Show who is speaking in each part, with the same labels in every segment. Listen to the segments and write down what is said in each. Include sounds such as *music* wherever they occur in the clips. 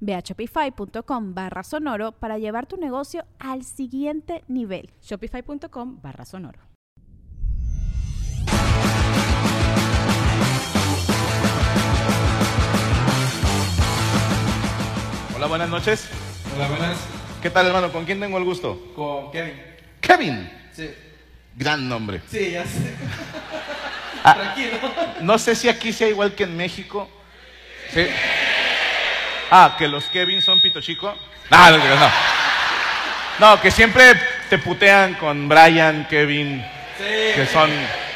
Speaker 1: Ve a shopify.com barra sonoro para llevar tu negocio al siguiente nivel.
Speaker 2: Shopify.com barra sonoro.
Speaker 3: Hola, buenas noches.
Speaker 4: Hola, buenas.
Speaker 3: ¿Qué tal, hermano? ¿Con quién tengo el gusto?
Speaker 4: Con Kevin.
Speaker 3: Kevin.
Speaker 4: Sí.
Speaker 3: Gran nombre.
Speaker 4: Sí, ya sé.
Speaker 3: Ah.
Speaker 4: Tranquilo.
Speaker 3: No sé si aquí sea igual que en México. Sí. Ah, que los Kevin son pito chico. No, no, no. No, que siempre te putean con Brian, Kevin,
Speaker 4: Sí.
Speaker 3: que son...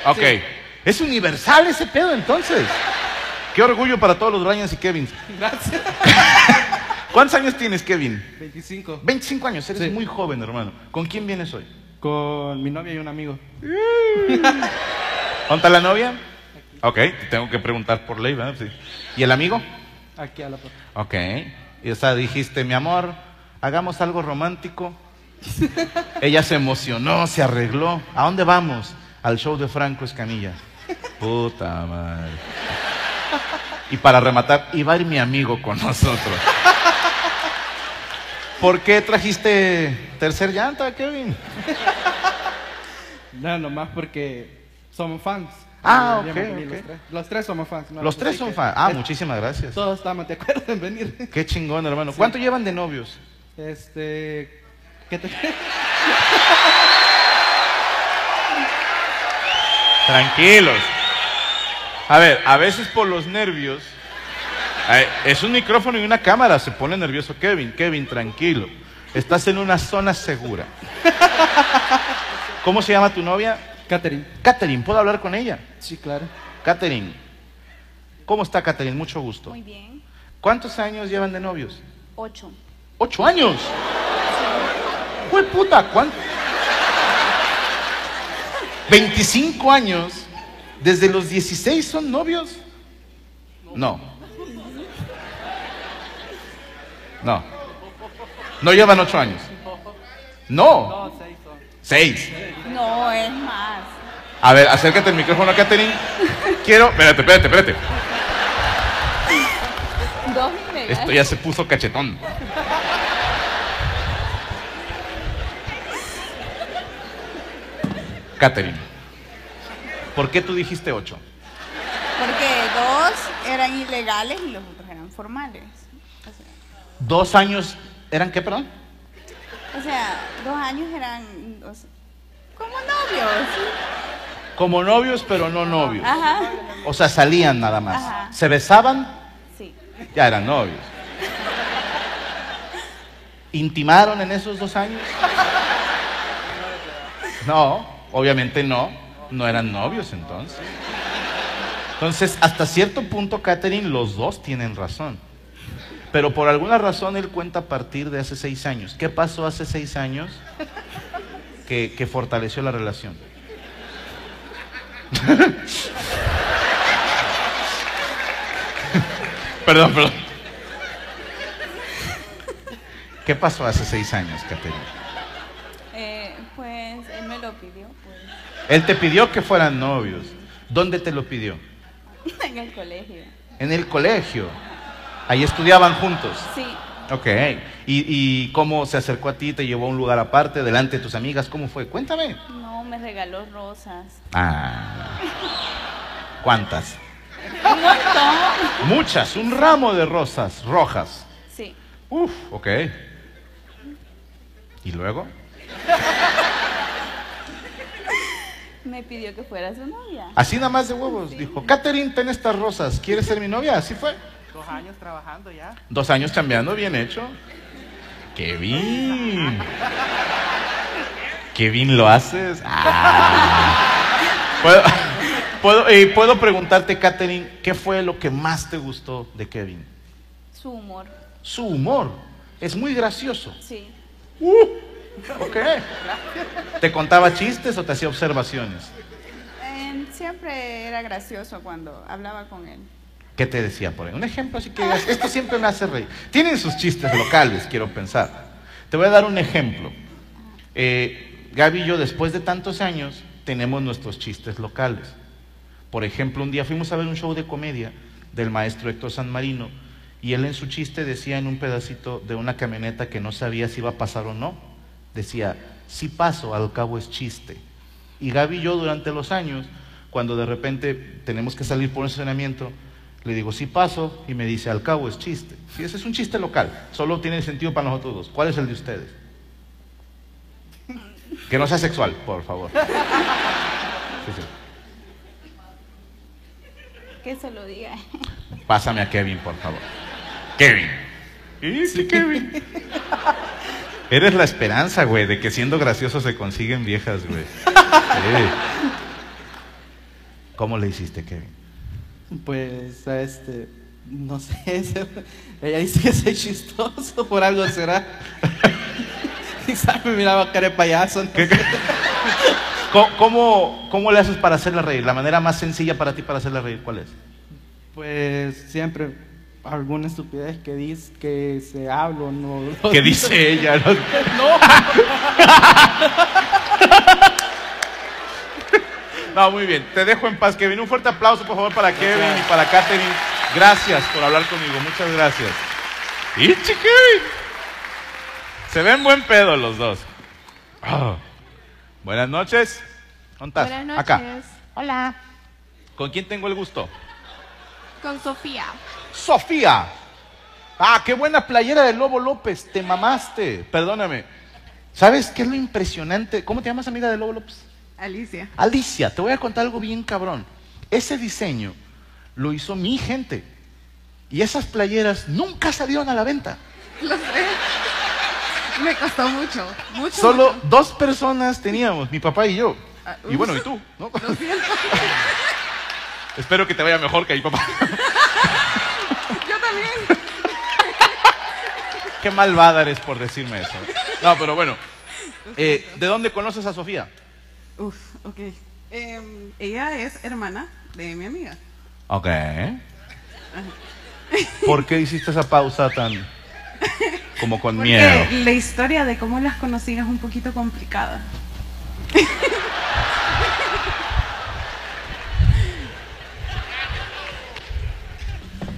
Speaker 3: Ok.
Speaker 4: Sí.
Speaker 3: Es universal ese pedo entonces. Qué orgullo para todos los Bryans y Kevins.
Speaker 4: Gracias.
Speaker 3: ¿Cuántos años tienes, Kevin?
Speaker 4: 25.
Speaker 3: 25 años, eres
Speaker 4: Sí.
Speaker 3: muy joven, hermano. ¿Con quién vienes hoy?
Speaker 4: Con mi novia y un amigo.
Speaker 3: ¿Conta la novia? Ok, te tengo que preguntar por ley, ¿verdad? Sí. ¿Y el amigo?
Speaker 4: Aquí a la puerta.
Speaker 3: Ok. Y o sea, dijiste, mi amor, hagamos algo romántico. *laughs* Ella se emocionó, se arregló. ¿A dónde vamos? Al show de Franco Escamilla. Puta madre. *laughs* Y para rematar, iba a ir mi amigo con *laughs* nosotros. ¿Por qué trajiste tercer llanta, Kevin?
Speaker 4: No, nomás porque somos fans.
Speaker 3: Ah,
Speaker 4: Y
Speaker 3: ok,
Speaker 4: llamo también
Speaker 3: ok.
Speaker 4: Los tres. los tres somos fans. ¿no?
Speaker 3: Los
Speaker 4: Así
Speaker 3: tres son
Speaker 4: que
Speaker 3: fans. Ah, muchísimas gracias.
Speaker 4: Todos estamos de acuerdo en venir.
Speaker 3: Qué chingón, hermano. ¿Cuánto llevan de novios?
Speaker 4: Este. ¿Qué te.?
Speaker 3: Tranquilos. A ver, a veces por los nervios. Ay, Es un micrófono y una cámara, se pone nervioso Kevin. Kevin, tranquilo. Estás en una zona segura. ¿Cómo se llama tu novia?
Speaker 4: Catherine.
Speaker 3: Catherine, ¿puedo hablar con ella?
Speaker 4: Sí, claro.
Speaker 3: Catherine. ¿Cómo está Catherine? Mucho gusto.
Speaker 5: Muy bien.
Speaker 3: ¿Cuántos años llevan de novios?
Speaker 5: Ocho.
Speaker 3: ¡Ocho años! ¡Jue puta! ¿Cuánto? 25 años, desde los 16 son novios. No. No. No llevan ocho años. No.
Speaker 4: Todos seis son.
Speaker 3: Seis.
Speaker 5: No, es más.
Speaker 3: A ver, acércate el micrófono, Katherine. Quiero. Espérate, espérate, espérate.
Speaker 5: Dos y media.
Speaker 3: Esto ya se puso cachetón. Catherine, ¿por qué tú dijiste ocho?
Speaker 5: Porque dos eran ilegales y los otros eran formales. O sea,
Speaker 3: Dos años, ¿eran qué, perdón?
Speaker 5: o sea, dos años eran o sea, como novios.
Speaker 3: Como novios, pero no novios.
Speaker 5: Ajá.
Speaker 3: O sea, salían nada más.
Speaker 5: Ajá.
Speaker 3: Se besaban,
Speaker 5: Sí.
Speaker 3: ya eran novios. ¿Intimaron en esos dos años? No, obviamente no. No eran novios entonces. Entonces, hasta cierto punto, Catherine, los dos tienen razón. Pero por alguna razón él cuenta a partir de hace seis años. ¿Qué pasó hace seis años que, que fortaleció la relación? perdón, perdón. ¿Qué pasó hace seis años, Catherine?
Speaker 5: Eh, pues él me lo pidió pues, *laughs*
Speaker 3: Él te pidió que fueran novios. ¿Dónde te lo pidió?
Speaker 5: en el colegio.
Speaker 3: En el colegio. Ahí estudiaban juntos.
Speaker 5: Sí.
Speaker 3: Ok. ¿Y, y cómo se acercó a ti? ¿Te llevó a un lugar aparte, delante de tus amigas? ¿Cómo fue? Cuéntame.
Speaker 5: No, me regaló rosas.
Speaker 3: Ah. ¿Cuántas?
Speaker 5: Un montón.
Speaker 3: Muchas. Un ramo de rosas rojas.
Speaker 5: Sí.
Speaker 3: Uf, ok. ¿Y luego?
Speaker 5: Me pidió que fuera su novia.
Speaker 3: Así nada más de huevos. Dijo, Catherine, ten estas rosas. ¿Quieres ser mi novia? Así fue.
Speaker 6: Dos años trabajando ya.
Speaker 3: Dos años chambeando, bien hecho. ¡Qué bien! ¡Qué bien lo haces! Ah. ¿Puedo, puedo, eh, puedo preguntarte, Katherine, ¿qué fue lo que más te gustó de Kevin?
Speaker 5: Su humor,
Speaker 3: Su humor. Es muy gracioso.
Speaker 5: sí.
Speaker 3: Uh, ok. ¿Te contaba chistes o te hacía observaciones?
Speaker 5: Eh, siempre era gracioso cuando hablaba con él.
Speaker 3: ¿Qué te decía por ahí? Un ejemplo así que digas, esto siempre me hace reír. Tienen sus chistes locales, quiero pensar. Te voy a dar un ejemplo. Eh, Gaby y yo, después de tantos años, tenemos nuestros chistes locales. Por ejemplo, un día fuimos a ver un show de comedia del maestro Héctor San Marino y él en su chiste decía en un pedacito de una camioneta que no sabía si iba a pasar o no, decía, si paso, al cabo es chiste. Y Gaby y yo durante los años, cuando de repente tenemos que salir por un estacionamiento, le digo, si paso, y me dice, al cabo es chiste. Sí, ese es un chiste local, solo tiene sentido para nosotros dos. ¿Cuál es el de ustedes? Que no sea sexual, por favor. Sí, sí.
Speaker 5: Que se lo diga.
Speaker 3: Pásame a Kevin, por favor. Kevin. Sí, Kevin. Eres la esperanza, güey, de que siendo gracioso se consiguen viejas, güey. Sí. ¿Cómo le hiciste, Kevin?
Speaker 4: Pues, a este, no sé, *laughs* se- ella dice que soy chistoso, por algo será. *laughs* Quizás me miraba cara de payaso. ¿no?
Speaker 3: ¿Cómo, cómo, cómo le haces para hacerla reír? La manera más sencilla para ti para hacerla reír, ¿cuál es?
Speaker 4: Pues siempre alguna estupidez que dice que se habla o no.
Speaker 3: ¿Qué dice ella?
Speaker 4: Pues, No,
Speaker 3: *laughs* No, muy bien. Te dejo en paz, Kevin. Un fuerte aplauso, por favor, para Kevin y para Katherine. Gracias por hablar conmigo. Muchas gracias. ¡Y Kevin! Se ven buen pedo los dos. Ah. Buenas noches. ¿Dónde estás?
Speaker 7: Buenas noches.
Speaker 3: Acá. ¿Con quién tengo el gusto?
Speaker 7: Con Sofía.
Speaker 3: Sofía. Ah, qué buena playera de Lobo López. Te mamaste. Perdóname. ¿Sabes qué es lo impresionante? ¿Cómo te llamas amiga de Lobo López?
Speaker 6: Alicia.
Speaker 3: Alicia, te voy a contar algo bien cabrón. Ese diseño lo hizo mi gente. Y esas playeras nunca salieron a la venta.
Speaker 6: Lo sé. Me costó mucho. Mucho.
Speaker 3: Solo
Speaker 6: mucho.
Speaker 3: dos personas teníamos, mi papá y yo.
Speaker 6: Ah,
Speaker 3: Y bueno, y tú, ¿no?
Speaker 6: Lo siento.
Speaker 3: *laughs* Espero que te vaya mejor que mi papá.
Speaker 6: *laughs* Yo también.
Speaker 3: *laughs* Qué malvada eres por decirme eso. No, pero bueno. Eh, ¿De dónde conoces a Sofía?
Speaker 6: Uf, ok. Em, ella es hermana de mi amiga. *laughs*
Speaker 3: Ok. ¿Por qué hiciste esa pausa tan... como con
Speaker 6: Porque
Speaker 3: miedo?
Speaker 6: la historia de cómo las conocí es un poquito complicada. *laughs*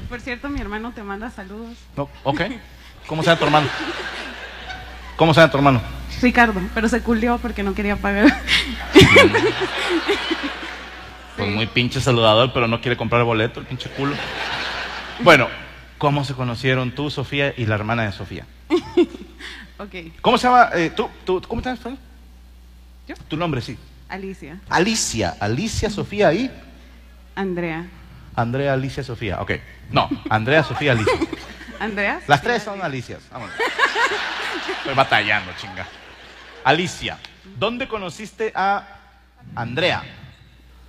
Speaker 6: Por cierto, mi hermano te manda saludos.
Speaker 3: No, ok. ¿Cómo se llama tu hermano? ¿Cómo se llama tu hermano?
Speaker 6: Ricardo, pero se culió porque no quería pagar. *laughs*
Speaker 3: Pues muy pinche saludador, pero no quiere comprar boleto, el pinche culo. Bueno, ¿cómo se conocieron tú, Sofía, y la hermana de Sofía?
Speaker 6: Ok,
Speaker 3: ¿Cómo se llama? eh, tú, tú- ¿Cómo te llamas? perdón?
Speaker 6: ¿Yo?
Speaker 3: Tu nombre, sí.
Speaker 6: Alicia,
Speaker 3: Alicia, Alicia, Sofía y
Speaker 6: Andrea.
Speaker 3: Andrea, Alicia, Sofía. Ok. No, Andrea, Sofía, Alicia.
Speaker 6: Andrea.
Speaker 3: Las tres son Alicias. Vámonos. Estoy batallando, chinga. Alicia, ¿dónde conociste a Andrea?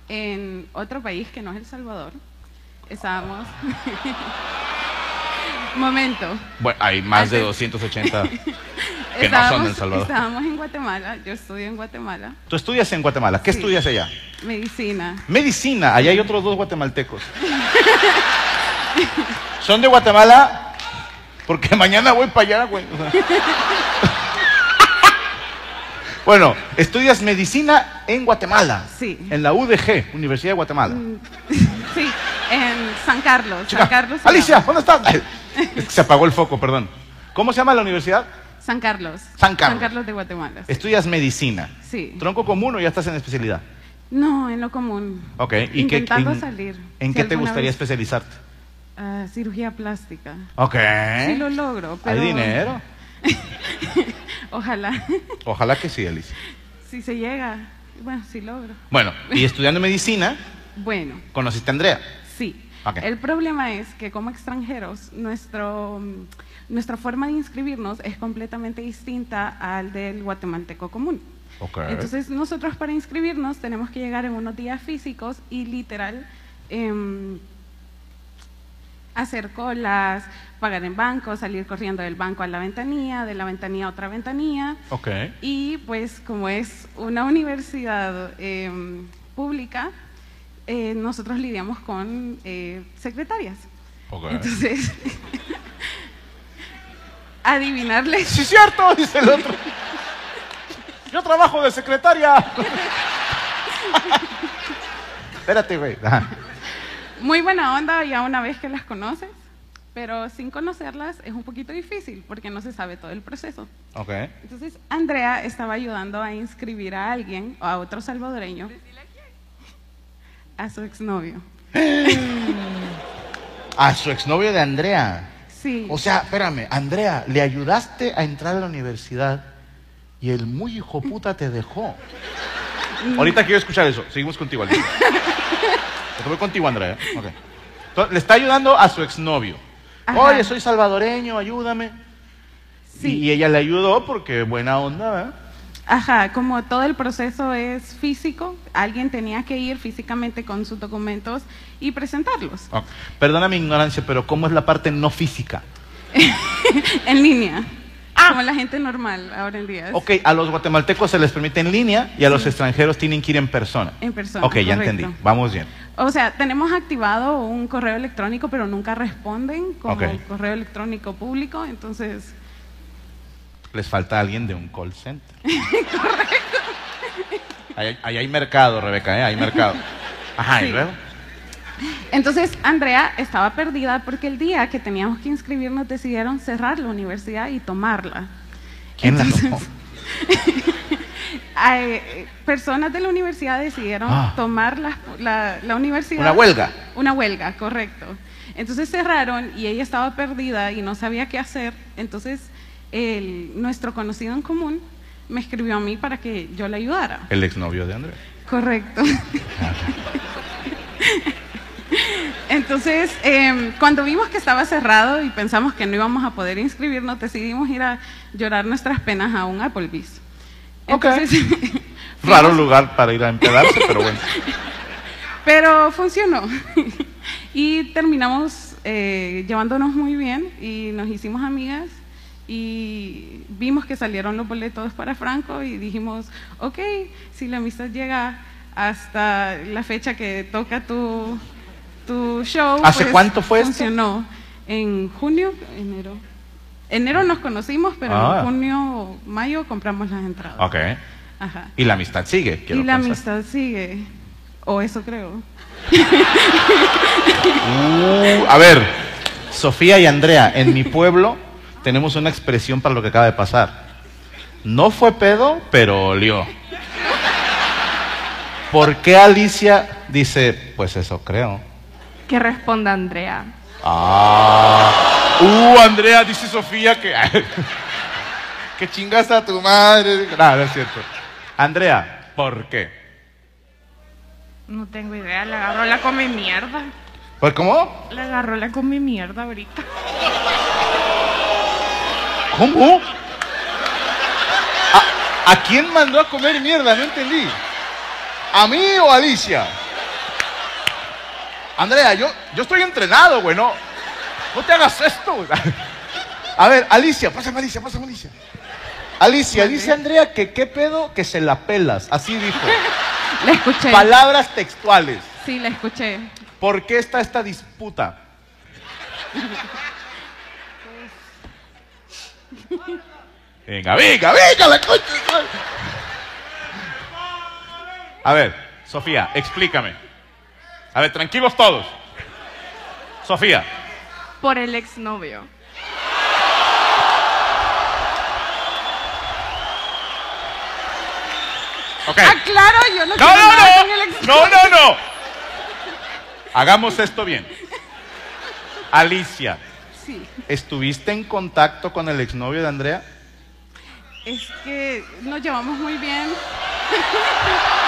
Speaker 6: En otro país que no es El Salvador, estábamos. *laughs* Momento.
Speaker 3: Bueno, hay más de
Speaker 6: Antes-
Speaker 3: 280 que no son
Speaker 6: Estábamos,
Speaker 3: de El Salvador.
Speaker 6: estábamos en Guatemala, yo estudio en Guatemala,
Speaker 3: Tú estudias en Guatemala. ¿Qué
Speaker 6: Sí.
Speaker 3: estudias allá?
Speaker 6: medicina.
Speaker 3: Medicina, allá hay otros dos guatemaltecos. Son de Guatemala porque *laughs* mañana voy para allá, güey. O sea. Bueno, estudias medicina en Guatemala.
Speaker 6: Sí. Mm,
Speaker 3: En la UDG, Universidad de Guatemala.
Speaker 6: Sí, en San Carlos.
Speaker 3: Chica,
Speaker 6: San Carlos. se
Speaker 3: Alicia,
Speaker 6: llama.
Speaker 3: ¿dónde estás? Ay, es que Se apagó el foco, perdón. ¿Cómo se llama la universidad?
Speaker 6: San Carlos.
Speaker 3: San Carlos.
Speaker 6: San Carlos de Guatemala. sí.
Speaker 3: Estudias medicina.
Speaker 6: Sí.
Speaker 3: Tronco común o ya estás en especialidad.
Speaker 6: No, en lo común.
Speaker 3: Ok. ¿Y
Speaker 6: Intentando
Speaker 3: qué, en,
Speaker 6: salir.
Speaker 3: ¿En
Speaker 6: Si
Speaker 3: qué te
Speaker 6: alguna
Speaker 3: gustaría
Speaker 6: vez-
Speaker 3: especializarte?
Speaker 6: Ah, cirugía plástica.
Speaker 3: Ok.
Speaker 6: Sí lo logro, pero...
Speaker 3: ¿Eh? Hay dinero.
Speaker 6: Ojalá,
Speaker 3: Ojalá que sí, Alicia.
Speaker 6: *laughs* si se llega. Bueno, sí logro.
Speaker 3: Bueno, y estudiando medicina,
Speaker 6: Bueno,
Speaker 3: conociste a Andrea.
Speaker 6: sí.
Speaker 3: Ok.
Speaker 6: El problema es que como extranjeros, nuestro, mm, nuestra forma de inscribirnos es completamente distinta al del guatemalteco común.
Speaker 3: Ok.
Speaker 6: Entonces nosotros para inscribirnos tenemos que llegar en unos días físicos y literal em, hacer colas, pagar en banco, salir corriendo del banco a la ventanilla, de la ventanilla a otra ventanilla.
Speaker 3: ok.
Speaker 6: Y pues como es una universidad em, pública, eh, nosotros lidiamos con eh, secretarias.
Speaker 3: Ok.
Speaker 6: Entonces, *laughs* adivinarles
Speaker 3: Sí, es cierto, dice el otro. Yo trabajo de secretaria. Espérate, güey. Ajá.
Speaker 6: Muy buena onda ya una vez que las conoces, pero sin conocerlas es un poquito difícil porque no se sabe todo el proceso.
Speaker 3: Ok.
Speaker 6: Entonces, Andrea estaba ayudando a inscribir a alguien o a otro salvadoreño a su exnovio.
Speaker 3: A Ah, su exnovio de Andrea.
Speaker 6: Sí,
Speaker 3: O sea, espérame, Andrea, le ayudaste a entrar a la universidad y el muy hijo puta te dejó. Ahorita quiero escuchar eso. Seguimos contigo, *laughs* Alicia. Te voy contigo, Andrea. ¿eh? Ok. Entonces, le está ayudando a su exnovio.
Speaker 6: Ajá.
Speaker 3: Oye, soy salvadoreño, ayúdame. Y
Speaker 6: sí.
Speaker 3: ella le ayudó porque buena onda, ¿verdad?
Speaker 6: Ajá, como todo el proceso es físico, alguien tenía que ir físicamente con sus documentos y presentarlos
Speaker 3: Ok. Perdona mi ignorancia, pero ¿cómo es la parte no física?
Speaker 6: en línea, como la gente normal ahora en día.
Speaker 3: Ah. Ok, a los guatemaltecos se les permite en línea y a los extranjeros tienen que ir en persona.
Speaker 6: En persona,
Speaker 3: Ok, ya
Speaker 6: correcto.
Speaker 3: entendí. Vamos bien.
Speaker 6: O sea, tenemos activado un correo electrónico, pero nunca responden como
Speaker 3: Ok.
Speaker 6: correo electrónico público, entonces
Speaker 3: Les falta alguien de un call center.
Speaker 6: *laughs*
Speaker 3: Correcto. Ahí, ahí hay mercado, Rebeca, ¿eh? Hay mercado. Ajá, y
Speaker 6: Sí.
Speaker 3: luego.
Speaker 6: Entonces Andrea estaba perdida porque el día que teníamos que inscribirnos decidieron cerrar la universidad y tomarla.
Speaker 3: ¿Quién la
Speaker 6: Entonces,
Speaker 3: tomó?
Speaker 6: Ay, eh, personas de la universidad decidieron
Speaker 3: Ah.
Speaker 6: tomar la, la- la universidad.
Speaker 3: Una huelga.
Speaker 6: Una huelga, correcto. Entonces cerraron y ella estaba perdida y no sabía qué hacer. Entonces el- nuestro conocido en común me escribió a mí para que yo le ayudara.
Speaker 3: El exnovio de Andrea.
Speaker 6: Correcto. Entonces, em, cuando vimos que estaba cerrado y pensamos que no íbamos a poder inscribirnos, decidimos ir a llorar nuestras penas a un Applebee's.
Speaker 3: Ok.
Speaker 6: Entonces, *laughs*
Speaker 3: Raro lugar para ir a empedarse, pero bueno.
Speaker 6: pero funcionó. *laughs* y terminamos eh, llevándonos muy bien y nos hicimos amigas y vimos que salieron los boletos para Franco y dijimos, ok, si la amistad llega hasta la fecha que toca tu, tu show. pues,
Speaker 3: ¿Hace cuánto fue esto?
Speaker 6: Funcionó en junio, enero. Enero nos conocimos, pero
Speaker 3: Ah.
Speaker 6: en junio, mayo compramos las entradas.
Speaker 3: Ok.
Speaker 6: Ajá.
Speaker 3: Y la amistad sigue, quiero
Speaker 6: y la
Speaker 3: pensar.
Speaker 6: amistad sigue, o eso creo.
Speaker 3: Uh, a ver, Sofía y Andrea, en mi pueblo tenemos una expresión para lo que acaba de pasar. No fue pedo, pero olió. ¿Por qué Alicia dice, pues eso creo?
Speaker 7: Que responda Andrea.
Speaker 3: Ah. Uh, Andrea, dice Sofía que. *laughs* que chingas a tu madre. No, no es cierto. Andrea, ¿por qué?
Speaker 7: No tengo idea, le agarró la come mierda.
Speaker 3: ¿Por cómo?
Speaker 7: Le agarró la come mierda ahorita.
Speaker 3: ¿Cómo? ¿A, a quién mandó a comer mierda? No entendí. ¿A mí o a Alicia? Andrea, yo, yo estoy entrenado, güey, no. No te hagas esto, güey. A ver, Alicia, pásame Alicia, pásame Alicia. Alicia, dice Andrea que qué pedo que se la pelas. Así
Speaker 7: *laughs*
Speaker 3: dijo.
Speaker 6: La escuché.
Speaker 3: Palabras textuales.
Speaker 6: Sí, la escuché.
Speaker 3: ¿Por qué está esta disputa? Venga, venga, venga, la concha de su madre. A ver, Sofía, explícame. A ver, tranquilos todos. Sofía,
Speaker 7: Por el exnovio.
Speaker 3: ok.
Speaker 6: Claro, yo Ah,
Speaker 3: No,
Speaker 6: no, quiero
Speaker 3: no,
Speaker 6: nada con
Speaker 3: no.
Speaker 6: el ex-
Speaker 3: No, no, no. Hagamos esto bien. Alicia,
Speaker 6: Sí,
Speaker 3: ¿estuviste en contacto con el exnovio de Andrea?
Speaker 6: es que nos llevamos muy bien. *laughs*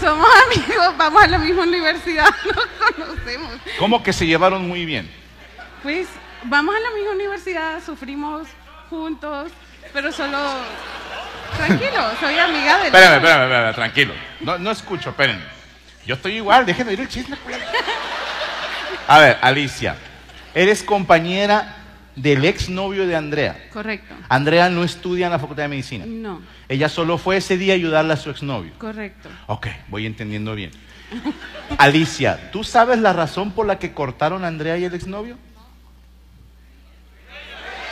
Speaker 6: Somos amigos, vamos a la misma universidad, *laughs* nos conocemos.
Speaker 3: ¿Cómo que se llevaron muy bien?
Speaker 6: Pues vamos a la misma universidad, sufrimos juntos, pero solo... Tranquilo, soy amiga de...
Speaker 3: Espérame, espérame, espérame, tranquilo. No, no escucho, espérenme. Yo estoy igual, déjenme ir el *laughs* chisme. culero. A ver, Alicia, eres compañera del exnovio de Andrea.
Speaker 6: Correcto.
Speaker 3: Andrea no estudia en la Facultad de Medicina.
Speaker 6: No,
Speaker 3: Ella solo fue ese día a ayudarle a su exnovio.
Speaker 6: correcto.
Speaker 3: Ok, voy entendiendo bien. Alicia, ¿tú sabes la razón por la que cortaron a Andrea y el exnovio?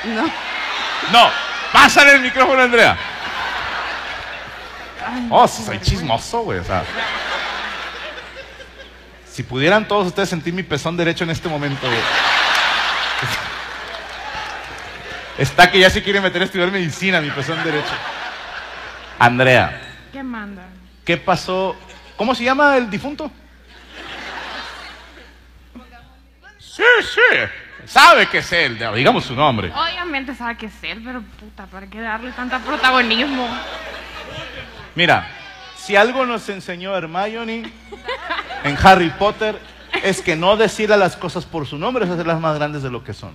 Speaker 6: No.
Speaker 3: No, pásale el micrófono a Andrea. Oh, soy chismoso, güey. o sea. Si pudieran todos ustedes sentir mi pezón derecho en este momento, güey. Está que ya se quiere meter a estudiar medicina, mi pezón derecho. Andrea,
Speaker 7: ¿Qué manda?
Speaker 3: ¿Qué pasó? ¿Cómo se llama el difunto? Sí, sí. Sabe que es él. Digamos su nombre.
Speaker 7: Obviamente sabe qué ser, pero puta, ¿para qué darle tanto protagonismo?
Speaker 3: Mira, si algo nos enseñó Hermione en Harry Potter es que no decir a las cosas por su nombre es hacerlas más grandes de lo que son.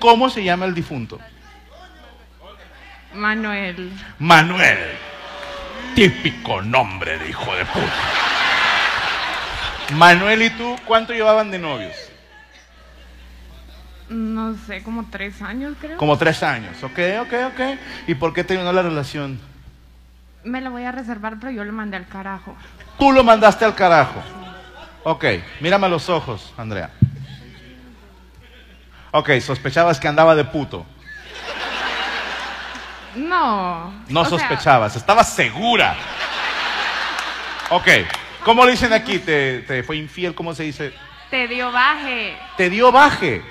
Speaker 3: ¿Cómo se llama el difunto?
Speaker 7: Manuel.
Speaker 3: Manuel. Típico nombre de hijo de puta. Manuel y tú, ¿cuánto llevaban de novios?
Speaker 7: No sé, como tres años creo.
Speaker 3: Como tres años, ok, ok, ok. ¿Y por qué terminó la relación?
Speaker 7: Me la voy a reservar, pero yo le mandé al carajo.
Speaker 3: Tú lo mandaste al carajo. Ok, mírame a los ojos, Andrea. Ok, sospechabas que andaba de puto.
Speaker 7: No.
Speaker 3: No
Speaker 7: o sea,
Speaker 3: sospechabas, estabas segura. Ok, ¿cómo le dicen aquí? ¿Te, te fue infiel? ¿Cómo se dice?
Speaker 7: te dio baje.
Speaker 3: Te dio baje.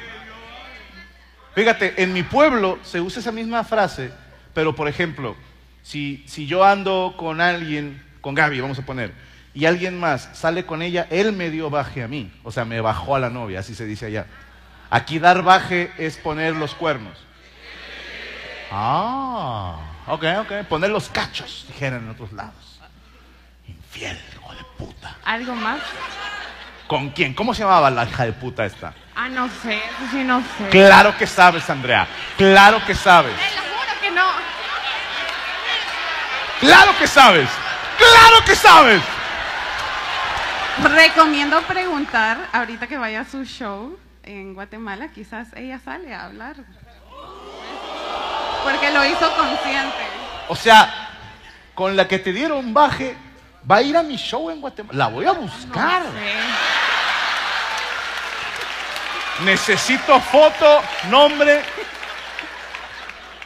Speaker 3: Fíjate, en mi pueblo se usa esa misma frase, pero por ejemplo, si, si yo ando con alguien, con Gaby, vamos a poner, y alguien más sale con ella, él me dio baje a mí, o sea, me bajó a la novia, así se dice allá. Aquí dar baje es poner los cuernos. Ah, ok, ok, poner los cachos, dijeran en otros lados. Infiel, hijo de puta.
Speaker 7: ¿Algo más?
Speaker 3: ¿Con quién? ¿Cómo se llamaba la hija de puta esta?
Speaker 7: Ah, no sé, eso sí no sé.
Speaker 3: Claro que sabes, Andrea. Claro que sabes.
Speaker 7: Te lo juro que no.
Speaker 3: Claro que sabes. Claro que sabes.
Speaker 6: Recomiendo preguntar ahorita que vaya a su show en Guatemala, quizás ella sale a hablar. Porque lo hizo consciente.
Speaker 3: O sea, con la que te dieron baje, va a ir a mi show en Guatemala. La voy a buscar.
Speaker 7: No sé.
Speaker 3: Necesito foto, nombre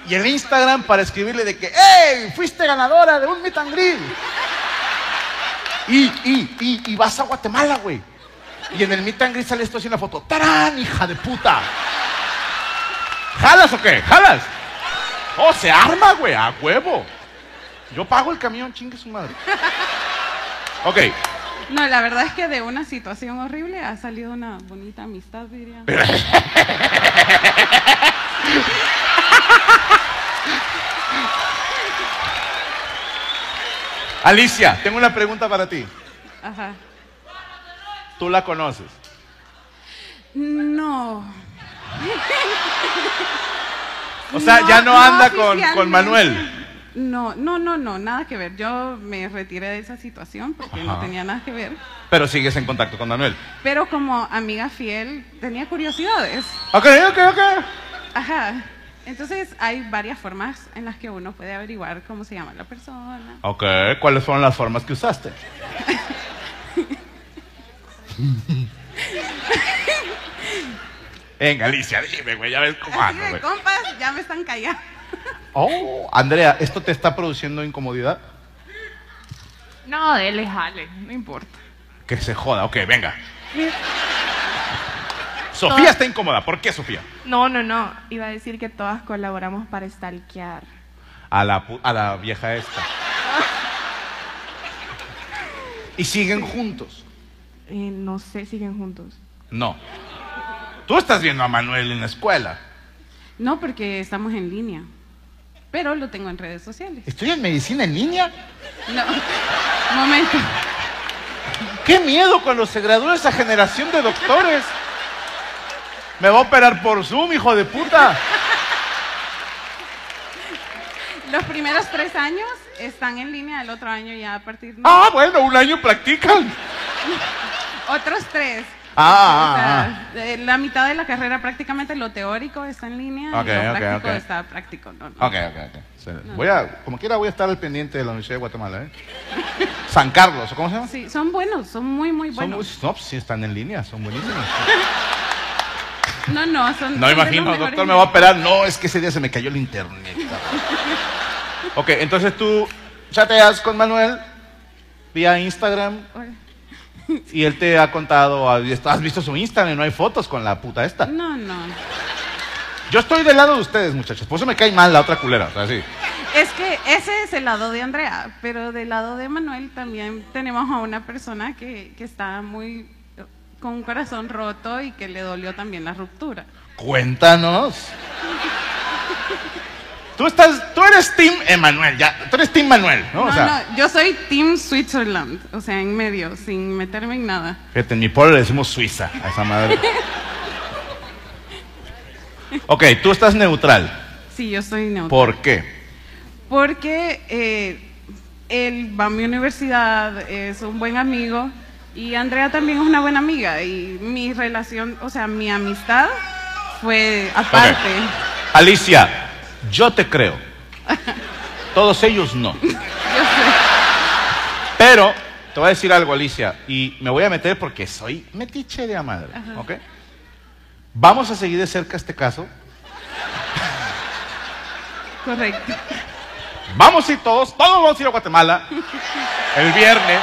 Speaker 3: y el Instagram para escribirle de que, ¡Ey! Fuiste ganadora de un meet and greet". Y, y, y, y vas a Guatemala, güey. Y en el meet and greet sale esto así en la foto. ¡Tarán, hija de puta! ¿Jalas o qué? ¿Jalas? Oh, se arma, güey, a huevo. Yo pago el camión, chingue su madre. Ok,
Speaker 6: No, la verdad es que de una situación horrible ha salido una bonita amistad, diría.
Speaker 3: Alicia, tengo una pregunta para ti.
Speaker 6: Ajá.
Speaker 3: Tú la conoces.
Speaker 6: No.
Speaker 3: O sea, ya no anda con- con
Speaker 6: oficialmente.
Speaker 3: Manuel.
Speaker 6: No, no, no, no, nada que ver. Yo me retiré de esa situación porque no
Speaker 3: Ajá.
Speaker 6: tenía nada que ver.
Speaker 3: Pero sigues en contacto con Manuel.
Speaker 6: Pero como amiga fiel tenía curiosidades.
Speaker 3: Ok, ok, ok.
Speaker 6: Ajá. Entonces hay varias formas en las que uno puede averiguar cómo se llama la persona.
Speaker 3: Ok, ¿cuáles fueron las formas que *laughs* usaste? Venga, Alicia, dime, güey, ya ves cómo
Speaker 6: Así
Speaker 3: ando,
Speaker 6: de
Speaker 3: güey.
Speaker 6: compas, ya me están callando.
Speaker 3: Oh, Andrea, ¿esto te está produciendo incomodidad?
Speaker 7: No, dele, jale, no importa.
Speaker 3: Que se joda, ok, *laughs* venga. Sofía está incómoda, ¿por qué Sofía?
Speaker 7: No, no, no. Iba a decir que todas colaboramos para stalkear.
Speaker 3: A la, pu- a la vieja esta. ¿Y siguen juntos?
Speaker 7: Eh, no sé, siguen juntos.
Speaker 3: No. Tú estás viendo a Manuel en la escuela.
Speaker 6: No, porque estamos en línea. Pero lo tengo en redes sociales.
Speaker 3: ¿Estoy en medicina en línea?
Speaker 6: No. *laughs* Momento.
Speaker 3: ¡Qué miedo cuando se gradúe esa generación de doctores! Me va a operar por Zoom, hijo de puta.
Speaker 6: Los primeros tres años están en línea, el otro año ya a partir de...
Speaker 3: Ah, bueno, un año practican.
Speaker 6: Otros tres. O
Speaker 3: Ah, ah,
Speaker 6: sea, de la mitad de la carrera prácticamente lo teórico está en línea
Speaker 3: Ok,
Speaker 6: y lo
Speaker 3: ok,
Speaker 6: práctico
Speaker 3: ok.
Speaker 6: está práctico. no, no.
Speaker 3: ah. Ok, ok, ok. Se- Voy a, como quiera, voy a estar al pendiente de la Universidad de Guatemala, ¿eh? San Carlos, ¿o ¿cómo se llama?
Speaker 6: Sí, son buenos, son muy, muy
Speaker 3: Son
Speaker 6: buenos.
Speaker 3: muy- no, pues sí están en línea, son buenísimos.
Speaker 6: No, no, son... son
Speaker 3: No
Speaker 6: de
Speaker 3: imagino,
Speaker 6: los mejores
Speaker 3: doctor, me va a operar. No, es que ese día se me cayó el internet. cabrón. ok, entonces tú chateas con Manuel vía Instagram
Speaker 6: Hola.
Speaker 3: y él te ha contado, has visto su Instagram y no hay fotos con la puta esta.
Speaker 6: No, no.
Speaker 3: Yo estoy del lado de ustedes, muchachos. Por eso me cae mal la otra culera. O sea, sí.
Speaker 6: Es que ese es el lado de Andrea, pero del lado de Manuel también tenemos a una persona que, que está muy con un corazón roto y que le dolió también la ruptura.
Speaker 3: Cuéntanos. Tú estás, tú eres Team Emanuel, ya. Tú eres Team Manuel, ¿no?
Speaker 6: No,
Speaker 3: o sea,
Speaker 6: no, yo soy Team Switzerland, o sea, en medio, sin meterme en nada.
Speaker 3: fíjate, en mi pueblo le decimos Suiza a esa madre. ok, tú estás neutral.
Speaker 6: Sí, yo soy neutral.
Speaker 3: ¿Por qué?
Speaker 6: Porque eh, él va a mi universidad, es un buen amigo y Andrea también es una buena amiga y mi relación, o sea, mi amistad fue aparte.
Speaker 3: Alicia, yo te creo. Todos ellos no. Pero te voy a decir algo, Alicia, y me voy a meter porque soy metiche de la madre, ¿ok? Vamos a seguir de cerca este caso.
Speaker 6: Correcto.
Speaker 3: Vamos a ir todos, todos vamos a ir a Guatemala el viernes.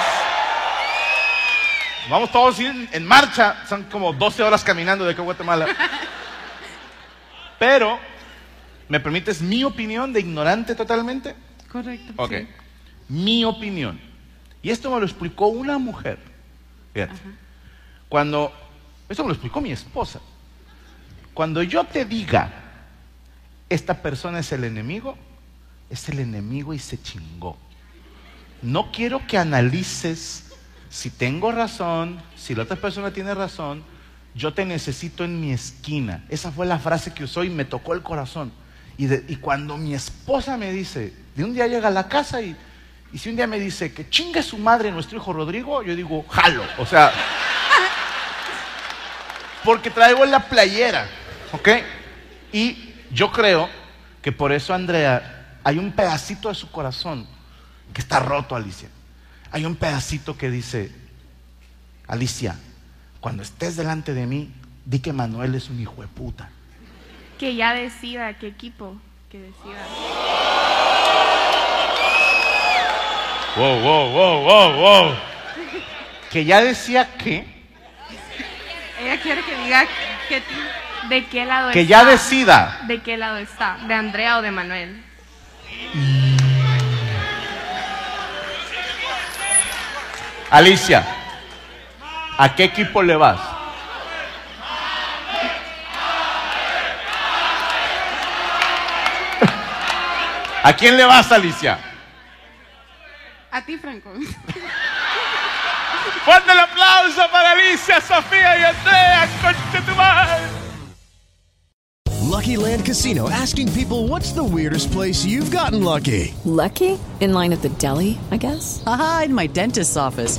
Speaker 3: Vamos todos a ir en- en marcha, son como 12 horas caminando de aquí a Guatemala. Pero, ¿me permites mi opinión de ignorante totalmente?
Speaker 6: Correcto.
Speaker 3: Ok.
Speaker 6: sí.
Speaker 3: Mi opinión. Y esto me lo explicó una mujer. Fíjate. Cuando. Esto me lo explicó mi esposa. Cuando yo te diga, esta persona es el enemigo, es el enemigo y se chingó. No quiero que analices si tengo razón, si la otra persona tiene razón. Yo te necesito en mi esquina. Esa fue la frase que usó y me tocó el corazón. Y, de- y cuando mi esposa me dice, de un día llega a la casa y, y si un día me dice que chingue su madre nuestro hijo Rodrigo, yo digo, jalo. O sea, porque traigo la playera, ¿ok? Y yo creo que por eso, Andrea, hay un pedacito de su corazón que está roto, Alicia. Hay un pedacito que dice, Alicia, cuando estés delante de mí, di que Manuel es un hijo de puta.
Speaker 7: Que ya decida qué equipo. Que decida.
Speaker 3: Wow, wow, wow, wow, wow. Que ya decía que,
Speaker 6: Ella quiere que diga que
Speaker 7: ¿De qué lado
Speaker 3: que
Speaker 7: está?
Speaker 3: ya decida.
Speaker 7: ¿De qué lado está? ¿De Andrea o de Manuel?
Speaker 3: Alicia, ¿a qué equipo le vas? *laughs* ¿A quién le vas, Alicia?
Speaker 6: a ti, Franco.
Speaker 3: Fuerte el aplauso para Alicia, Sofía y Andrea, concha tu madre.
Speaker 8: Lucky Land Casino asking people what's the weirdest place you've gotten lucky?
Speaker 9: Lucky? In line at the deli, I guess?
Speaker 10: Aha, in my dentist's office.